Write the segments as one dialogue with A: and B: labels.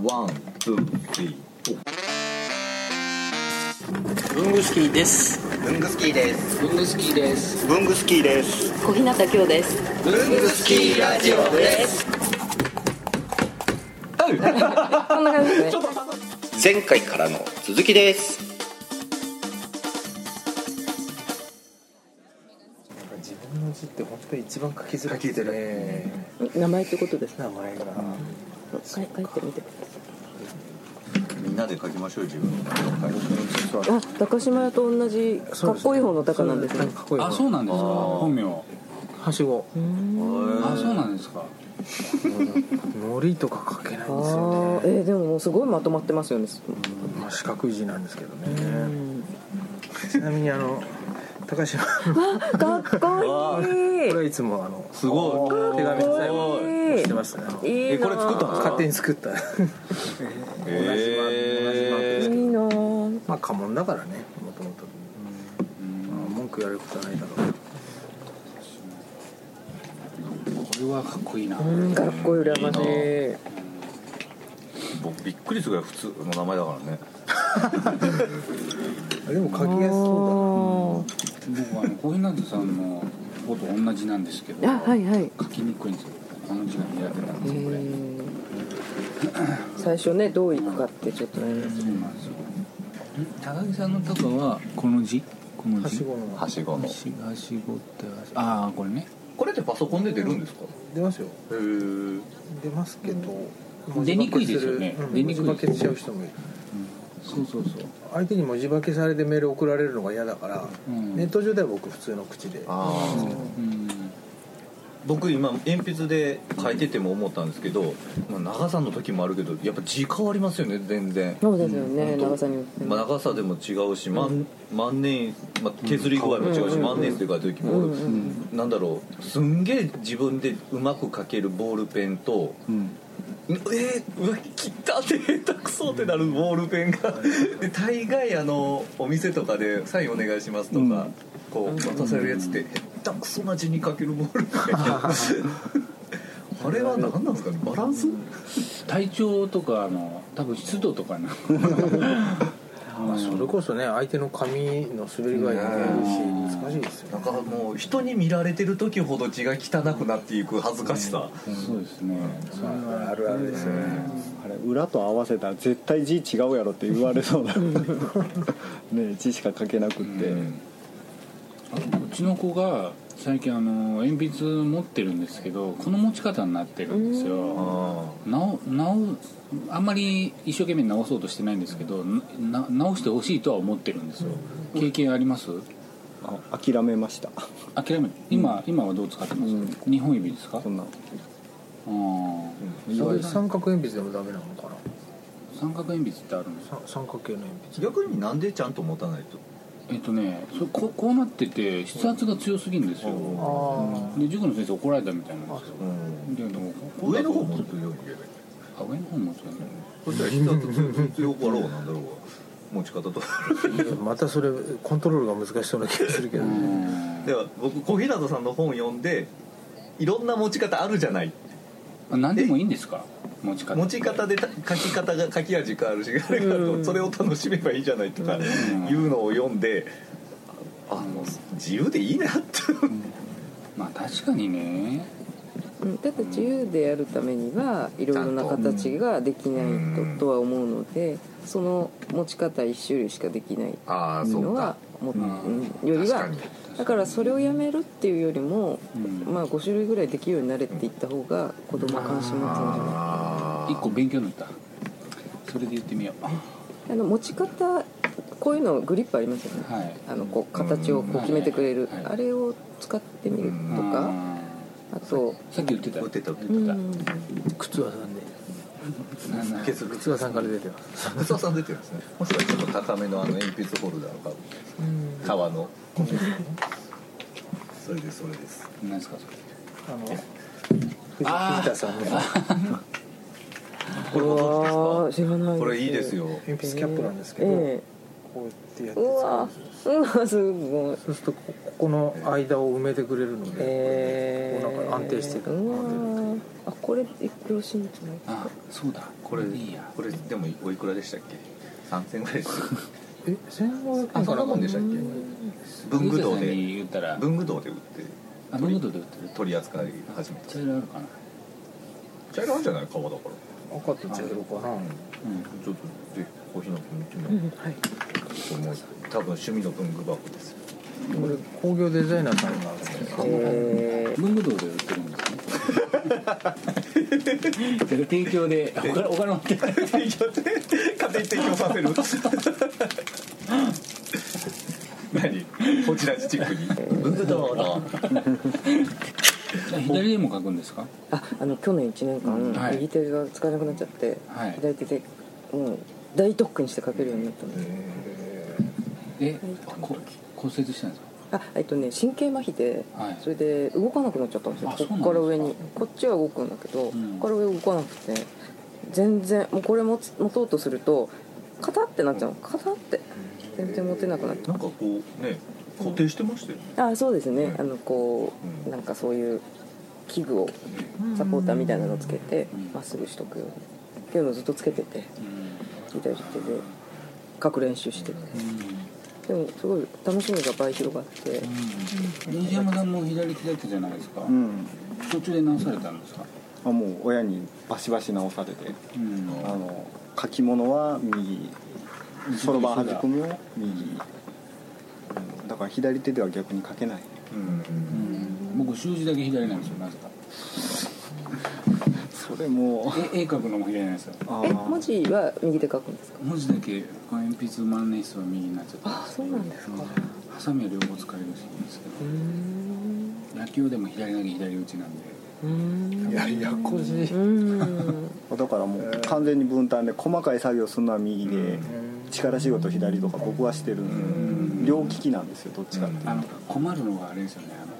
A: ワン、ツー、スリ
B: 文具スキーです。
C: 文具スキーです
B: 文具スキーです。
C: 文具スキーです
D: 小日向京です。
C: 文具スキーラジオ です
D: こんな感じですね。
C: 前回からの続きです
A: ー。自分の字って本当に一番書きづらいですね。
B: 名前ってことですね。
A: 名前が。
D: 書い書いてみてく
C: みんなで書きましょう自分の名前を書いて
D: ださい。あ、高島屋と同じかっこいい方の高なんですね。
A: かっこいい。
E: あそうなんですか
C: あー
E: 本名
A: はしご。
E: あそうなんですか
A: のりとか書けない
D: ああ
A: んですよ
D: ー、えーでももうすごいまとまってますよね。
A: ね。まあ四角い字なんですけど
D: う
A: ね。
D: ん
A: ちなみにあの高島
D: かっこいい
A: これ。はいつもあの
E: すごい
A: 手紙の最後
D: かっこいい
A: にしてますね。
D: いいな。
E: これ作ったんですか
A: 勝手に作った。
D: いい
C: え
D: なー。
A: まあ家紋だからね。もともと。まあ文句やることはないだろう。
E: これはかっこいいな
D: うん、かっこいい羨ましい。
C: ー、僕びっくりするぐらい普通の名前だからね
A: あでも書きやすそう
E: 僕あの小日向さんのこと同じなんですけど
D: あはいはい。
E: 書きにくいんですよこの字が苦手な
D: え
E: んですよこれ
D: ー最初ねどういくかってちょっとね。
E: そうなんですよ高木さんのとこはこの字この
A: だ。はし
E: 字
A: ごの
C: はしごの
E: しはしごってはしああこれね
C: これってパソコンで出るんですか
A: 出ますよ。
C: へー
A: 出ますけど
E: 出にくいですよね
A: 文
E: 出
A: 字
E: にくい
A: 化けするうん文字化けしちゃう人もいる
E: そうそうそう
A: 相手に文字化けされてメール送られるのが嫌だから、
E: うん
A: ネット上では僕普通の口で
C: あー
E: うん
C: 僕今鉛筆で書いてても思ったんですけど、まあ、長さの時もあるけどやっぱ字変わりますよね全然
D: そうですよね、
C: うん
D: 長さによってね。
C: まあ、長さでも違うし、万万年、まあ、削り具合も違うし、
D: うん
C: 万年筆で書いた時も、
D: うんうん
C: なんだろうすんげえ自分でうまく書けるボールペンと、
E: うん
C: えー、うわ切ったって下手くそってなるボールペンがで大概あのお店とかで「サインお願いします」とか、
E: うん
C: こう渡されるやつって下手くそな字に書けるボールペンあれは何なんですかねバランス、
E: 体調とかあの多分湿度とかな
A: まあそれこそね相手の紙の滑り具合もあるし難しいですよ
C: なんか
A: ね
C: もう人に見られてる時ほど血が汚くなっていく恥ずかしさ、
E: そうですね。
A: まああるあるですよね
F: あれ裏と合わせたら絶対字違うやろって言われそうな ね字しか書けなくって、
E: あとうちの子が最近あの鉛筆持ってるんですけど、この持ち方になってるんですよ。
C: あ
E: 直直あんまり一生懸命直そうとしてないんですけど、な直してほしいとは思ってるんですよ。経験あります？
F: あ諦めました
E: 諦め今、今はどう使ってます？日本指ですか？
F: そんな
E: あー
A: それ三角鉛筆でもダメなのかな
E: 三角鉛筆ってあるんですか
A: さ三角形の鉛筆
C: 逆になんでちゃんと持たないと
E: えっとね、それこうこうなってて筆圧が強すぎるんですよ。
A: あー
E: で塾の先生怒られたみたいなんですよ。ででもこうだ
C: 上
E: と
C: の方も強いけど
E: あ上の方もそうね
C: そしたら人と強くあろうなんだろうが持ち方と
A: またそれコントロールが難しそうな気がするけどね
C: では僕小日向さんの本読んでいろんな持ち方あるじゃない
E: あ何でもいいんですか持ち方
C: 持ち方でた書き方が書き味があるしあれがあるとそれを楽しめばいいじゃないとかいうのを読んであもう自由でいいなって
E: まあ確かにね
D: うんただ自由でやるためにはいろいろな形ができないと,、
C: うん
D: は思うのでその持ち方1種類しかできない
C: あ
D: のはもう、
E: うん
D: うんよりは
C: 確か
D: だからそれをやめるっていうよりも、
E: うん
D: まあ、5種類ぐらいできるようになれっていった方が子供は関心持つんじゃな
C: あ
E: 一個勉強になったそれで言ってみよう
D: いあの持ち方こういうのグリップありますよね
E: はい
D: あのこう形をこう決めてくれる、
E: うんはい
D: あれを使ってみると
C: うん
D: か、
E: あ
D: あと、
E: ーさっき言ってた
C: 打てた打て
D: う
C: た
D: ん、
A: 靴はさんで
E: なな
C: 削る
A: 靴はさんから出てます
C: 靴さん出てるんですねもしかしたらちょっと高めのあの鉛筆ホルダーか革のそれですそれです
E: 何ですかそれ
A: あの藤藤田さんの
C: これご存知ですか
D: あー知らない
C: これいいですよ
A: 鉛筆キャップなんですけど、
D: え
A: こうやってやって
D: うわうわすごい
A: そうするとこここの間を埋めてくれるので、
D: え
A: こうなんか安定してる
D: うわあこれよろしいんじゃない
E: あそうだ
C: これ
E: いいや
C: これでもおいくらでしたっけ3000ぐらいですよ
A: え1500円か
C: あ
A: な
C: そんなもんでしたっけ文具
E: さ
C: 堂
E: んに
C: で
E: 言ったら
C: 文具堂で売って
E: あ文具堂で売ってる
C: 取り扱い始めた
E: 茶色あるかな
C: 茶色あるんじゃない革だから
A: 赤と茶色かな
E: うん
C: ちょっとでコーヒーの分岐の
D: はい
C: これもう多分趣味の文具箱ですよ
A: これ工業デザイナーさんが考え
D: え
E: 文具堂で売ってるん ですねだから提供でお金お金持ってる
C: 提供って勝手に提供させる 何こちら自チックに文具堂の
E: 左でも書くんですか
D: ああの去年1年間、
E: はい
D: 右手が使えなくなっちゃって、
E: はい
D: 左手でもう大特訓して書けるようになったの、
E: えこ骨折したんですか
D: あえっとね神経麻痺で、
E: はい
D: それで動かなくなっちゃったんですよ
E: あ
D: こ
E: そうなん
D: こか
E: ですから
D: 上にこっちは動くんだけど、
E: うん
D: ここから上動かなくて全然もうこれ持つ持とうとするとカタってなっちゃうのカタって全然持てなくなっちゃ
C: なんかこうね固定してましたよね
D: うあそうですね、
C: うん
D: あのこう、
C: うん
D: なんかそういう器具をサポーターみたいなのつけて
E: うん
D: まっすぐしとくようにっていうのをずっとつけてて左手で書く練習してて
E: うん
D: でもすごい楽しみが倍広がって
E: うん西山さんも左利きだったじゃないですか、
F: うん
E: 途中で直されたんですか、
F: あもう親にバシバシ直されて
E: うん
F: あの書き物は右そろばん弾くも右うんだから左手では逆に書けない
C: うん
E: 僕習字だけ左なんですよなぜか
F: それも
E: え絵描くのも左なんですよ
F: あ
D: え
F: ー
D: 文字は右手書くんですか
E: 文字だけこの鉛筆万年筆は右になっちゃって
D: あそうなんですか
E: ハサミは両方使えるしいいんですけ
D: うーん
E: ど野球でも左投げ左打ちなんで
D: うーん
A: ていやいやこじ
D: うーん
F: だからもう完全に分担で細かい作業するのは右で力仕事左とか僕はしてるんで両利きなんですよどっちかっていうと
E: あの困るのがあれですよねあの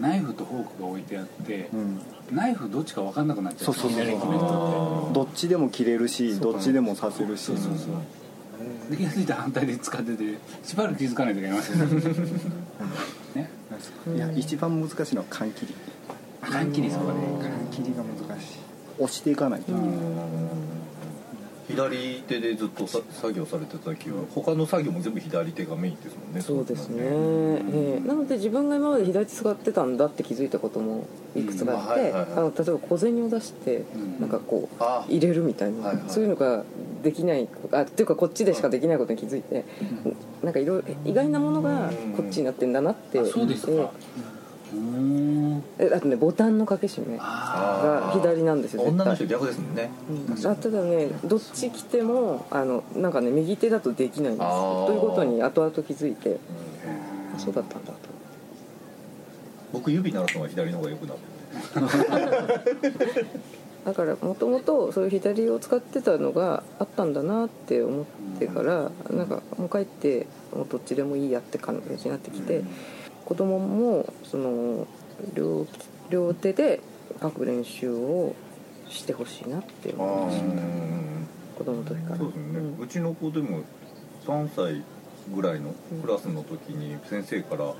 E: ナイフとフォークが置いてあって、
F: うん
E: ナイフどっちか分かんなくなっちゃう
F: そうそうそう
E: 左利きの人
F: どっちでも切れるしどっちでもさせるし
E: ってそうそうそうで気が付いたら反対で使っててしばらく気づかないといけませんねね
F: いや一番難しいのは缶切り
E: はっきりそこで
F: 切りが難しい押していかないと
C: 左手でずっとさ作業されてた時は他の作業も全部左手がメインですもんね
D: そうですね、ええなので自分が今まで左手使ってたんだって気づいたこともいくつかあっ
C: う
D: て
C: んはいは
D: あ
C: いはい
D: の例えば小銭を出して
E: ん
D: なんかこう
C: あ
D: 入れるみたいな、
C: はいはい
D: そういうのができないあっていうかこっちでしかできないことに気づいて、なんかいろ意外なものがこっちになってんだなって、
E: あそうですか
D: え
E: うーん
D: えあとねボタンの掛け閉め
E: あ
D: が左なんですよ
C: 女の人
D: 絶
C: 逆
D: 対
C: ですもんね
D: うんあただねどっち来てもあのなんかね右手だとできないんです
C: あー
D: ということに後々気づいてあそうだったんだと
C: 僕指鳴らすのが左の方が良くなる
D: だからもともとそういう左を使ってたのがあったんだなって思ってから、なんかもう帰ってもうどっちでもいいやって感じになってきて、子供もその両両手で書く練習をしてほしいなって思いました子供の時から
C: そうですね、
D: うん
C: うちの子でも3歳ぐらいのクラスの時に先生から「なんか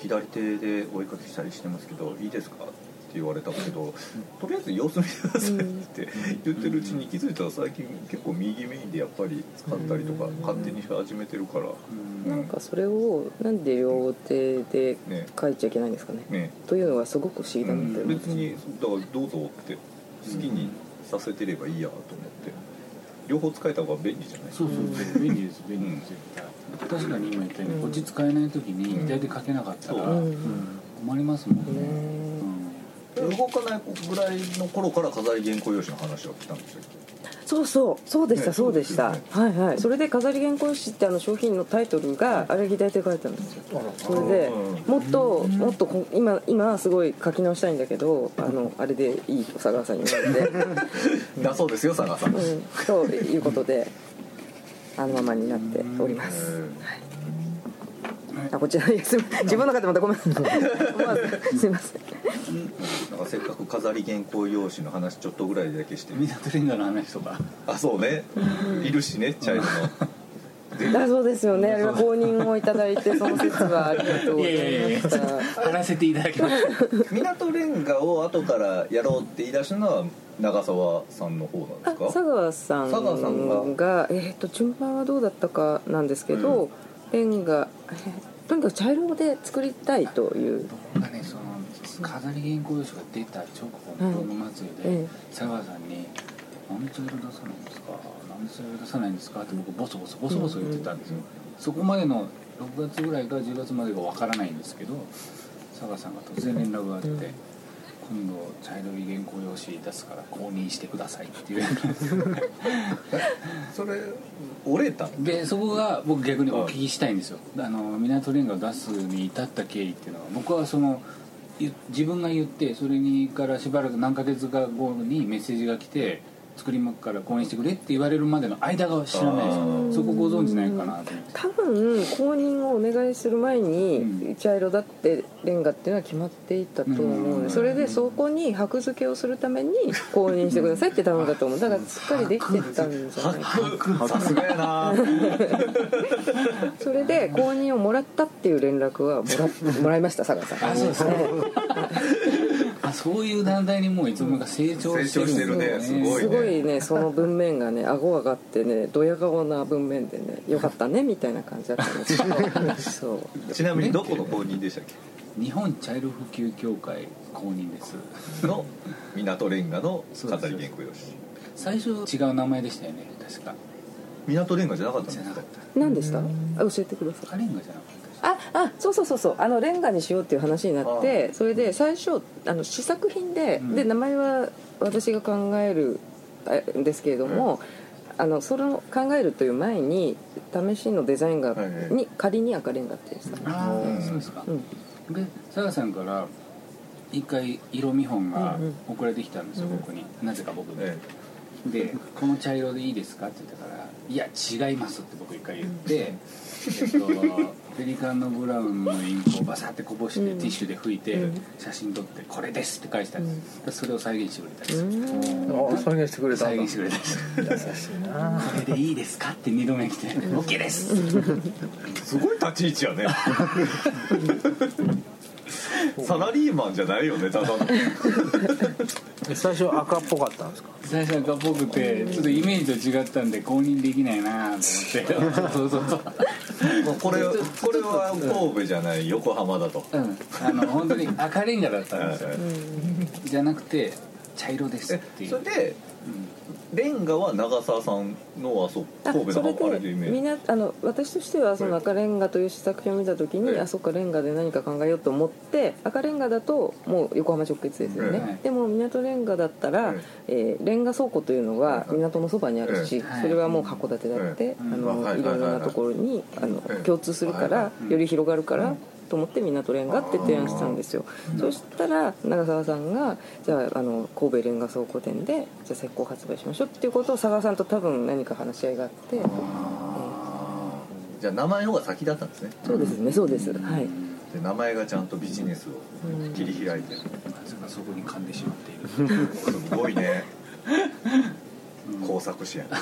C: 左手でお絵かきしたりしてますけどいいですか?」って言われたけど「とりあえず様子見てください」って言ってるうちに気づいたら最近結構右メインでやっぱり使ったりとか
D: うん
C: 勝手にし始めてるから、
E: ー
D: なんかそれをなんで両手で書いちゃいけないんですかね
C: ね
D: というのがすごく不思議だなって思いま
C: 別
D: す
C: にだからどうぞって好きにさせてればいいやと思って両方使えた方が便利じゃない
E: そうそうそう便利です便利ですよ確かに今言ったよう
D: うん
E: にこっち使えない時に左手書けなかったら
C: そう
E: 困りますもんね
D: うん
E: うん
C: 動かないぐらいの頃から飾り原稿用紙の話は来たんですよ
D: そうそうそうでした、
C: ね
D: そうでした、
C: そうで
D: はいはいそれで飾り原稿紙ってあの商品のタイトルがあれ左手で書いたんですよそれで
C: う
D: もっともっとこ今今すごい書き直したいんだけどあのあれでいいと佐川さんに 言われて、
C: だそうですよ佐賀さん、
D: うん、ということであのままになっておりますあこちらい やすみません自分の方またごめん思わずすいません
C: なんかせっかく飾り原稿用紙の話ちょっとぐらいだけして
E: みんなトレンドの話とか
C: あそうねいるしね茶色の
D: だそうですよねあれは公認をいただいてその説はありがとうござ
E: いやいやい
D: い
E: や
D: ました
E: やらせていただきました
C: 港レンガを後からやろうって言い出したのは長澤さんの方なんで
D: あ
C: すか
D: 佐川さんが
C: 佐川さん
D: えー、と順番はどうだったかなんですけど、レンガ、えーとにかく茶色で作りたいという
E: 僕がねその飾り原稿用紙が出た直後の文具祭りで、
D: うん
E: 佐川さんに「なんで茶色出さないんですかなんで茶色出さないんですか?」って僕ボソボソボソボソ言ってたんですよ、そこまでの6月ぐらいから10月までがわからないんですけど佐川さんが突然連絡があって、今度茶色い原稿用紙出すから公認してくださいっていう
C: それ折れた
E: でそこが僕逆にお聞きしたいんですよあの港レンガを出すに至った経緯っていうのは僕はそのゆ自分が言ってそれにからしばらく何ヶ月か後にメッセージが来て作りまくから公演してくれって言われるまでの間が知らない
C: あ
E: で
C: ー
E: すよそこご存知ないかなと思って
D: 多分公認をお願いする前
E: う
D: に
E: ん
D: 茶色だってレンガっていうのは決まっていたと思う
E: うんうん
D: の
E: うん
D: でそれでそこに箔付けをするために公認してくださいって頼んだと思うだからすっかりできてたんじゃないか
C: さすがやな
D: それで公認をもらったっていう連絡はもらもらいました佐賀さんから
E: あそうですねあそういう団体にもういつもが成長してるんですよ
C: 成長してるねすごい
D: すごいねその文面がね顎上がってねドヤ顔な文面でねよかったねみたいな感じだったんですけ どそう
C: ちなみにどこの公認でしたっ
E: 日本茶色普及協会公認です
C: けの港レンガの飾り原稿用紙
E: 最初違う名前でしたよね確か
C: 港レンガじゃなかったん
E: じ
C: で
E: ゃ
C: す
E: なか
C: か
E: った
D: 何でしたあ教えてください
E: カレンガじゃなかった
D: ああそうそうそうそうあのレンガにしようっていう話になってそれで最初あの試作品で,、
E: うん
D: で名前は私が考えるあんですけれども、あのそれを考えるという前に試しのデザインが、
C: はいはい
D: に仮に赤レンガってした、
E: あ
C: う
E: あ
C: ん
E: そうですか、
D: うん
E: でサラさんから一回色見本が送られてきたんですよ、
D: うんうん
E: 僕になぜか僕に、
C: え
E: で「この茶色でいいですか?」って言ったから「いや違います」って僕一回言って、えっと、ペリカンのブラウンのインクをバサってこぼして、
D: うん
E: ティッシュで拭いて、
D: うん
E: 写真撮って「これです」って返したんです、でそれを再現してくれたんです、
A: あ再現してくれたん
E: 再
A: だ
E: 現してくれたんです
A: 優しいな
E: 「これでいいですか?」って二度目来て「OK です」
C: えすごい立ち位置やね サラリーマンじゃないよねた だの
A: 最初赤っぽかったんですか
E: 最初が僕ってちょっとイメージと違ったんで公認できないなと思ってそうそうそう
C: もうこれこれは神戸じゃない横浜だと
E: うんあの本当に赤レンガだったんですよ
C: え
E: じゃなくて茶色ですっ
C: え
E: てい
C: そうれでレンガは長澤さんのあそう
D: あ
C: 神戸
D: そ
C: の
D: れ
C: あれで
D: で
C: 有
D: みん
C: 名
D: なあの私としてはその赤レンガという試作品を見た時に、
C: ええ
D: あそっかレンガで何か考えようと思って赤レンガだともう横浜直結ですよね、
E: ええ
D: でも港レンガだったら、えーレンガ倉庫というのは港のそばにあるし、
E: ええ
D: それはもう函館だって、
E: ええ
D: あの
C: うんはい
D: いろんなところにあの
C: ええ
D: 共通するから、
E: い
D: より広がるから。と思って港レンガって提案したんですよそしたら長澤さんがじゃああの神戸レンガ倉庫店でじゃあ石膏発売しましょうっていうことを佐川さんと多分何か話し合いがあって
C: じゃあ名前の方が先だったんですね
D: そうですね、そうです。はい。
C: で名前がちゃんとビジネスを切り開いてる
E: なぜかそこに噛んでしまっている
C: すごいね工作師やな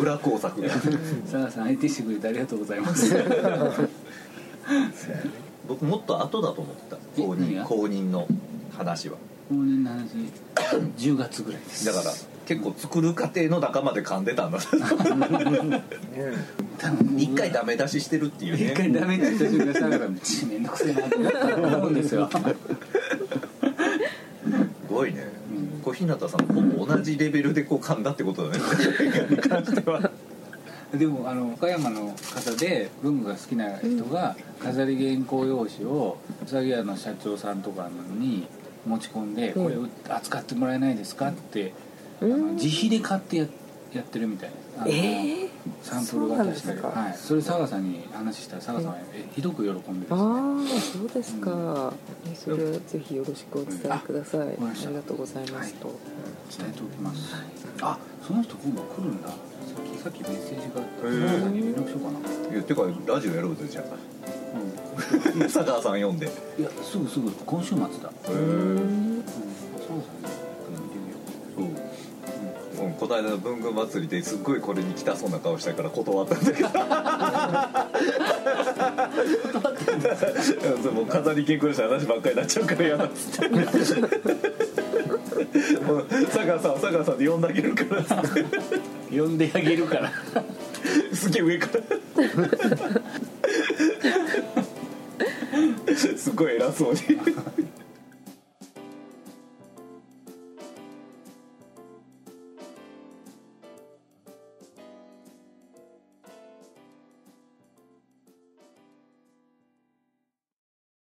C: 裏工作が
E: サラさん相手してくれてありがとうございます
C: 僕もっと後だと思ってた
E: え
C: 公
E: 何
C: 認
E: が
C: 公認の話は
E: 公認の話10月ぐらいです
C: だ から結構作る過程の仲間で噛んでたんだ
E: 多分僕
C: 一回ダメ出ししてるっていう
E: 一
C: ね
E: 回ダメって言った瞬間サラさんめんどくせえなってなったと思うんですよ
C: すごいね小日向さんほぼ同じレベルでこう噛んだってこと だねに関しては
E: でもあの岡山の方で文具が好きな人が飾り原稿用紙をうさぎ屋の社長さんとかに持ち込んで「
D: ん
E: これを扱ってもらえないですか?」って、あの自費で買ってややってるみたいなあの、
D: え
E: サンプルが出して
D: そうなんです
E: る
D: か
E: はい、それ佐賀さんに話したら佐賀さんはえひどく喜んで
D: あ
E: るんで
D: あ、そうですか。それはぜひよろしくお伝えください。あ
E: りました
D: りがとうございますと。
E: す伝えておきます、あその人今度来るんださっきさっきメッセージがあった
C: へえ
E: 佐賀さんに連絡しようかな、
C: いやてかラジオやろうぜじゃあ 佐川さん読んで
E: うん、いやすぐすぐ今週末だ、うん、佐賀さんに
C: そううん、この間の文具祭りですっごいこれに来たそうな顔したから断ったんだけどうんもう飾り系くらいし話ばっかりになっちゃうから嫌だっつってもう佐川さんは佐川さんで呼んであげるからっつって
E: 呼んであげるから
C: すげえ上からすっごい偉そうに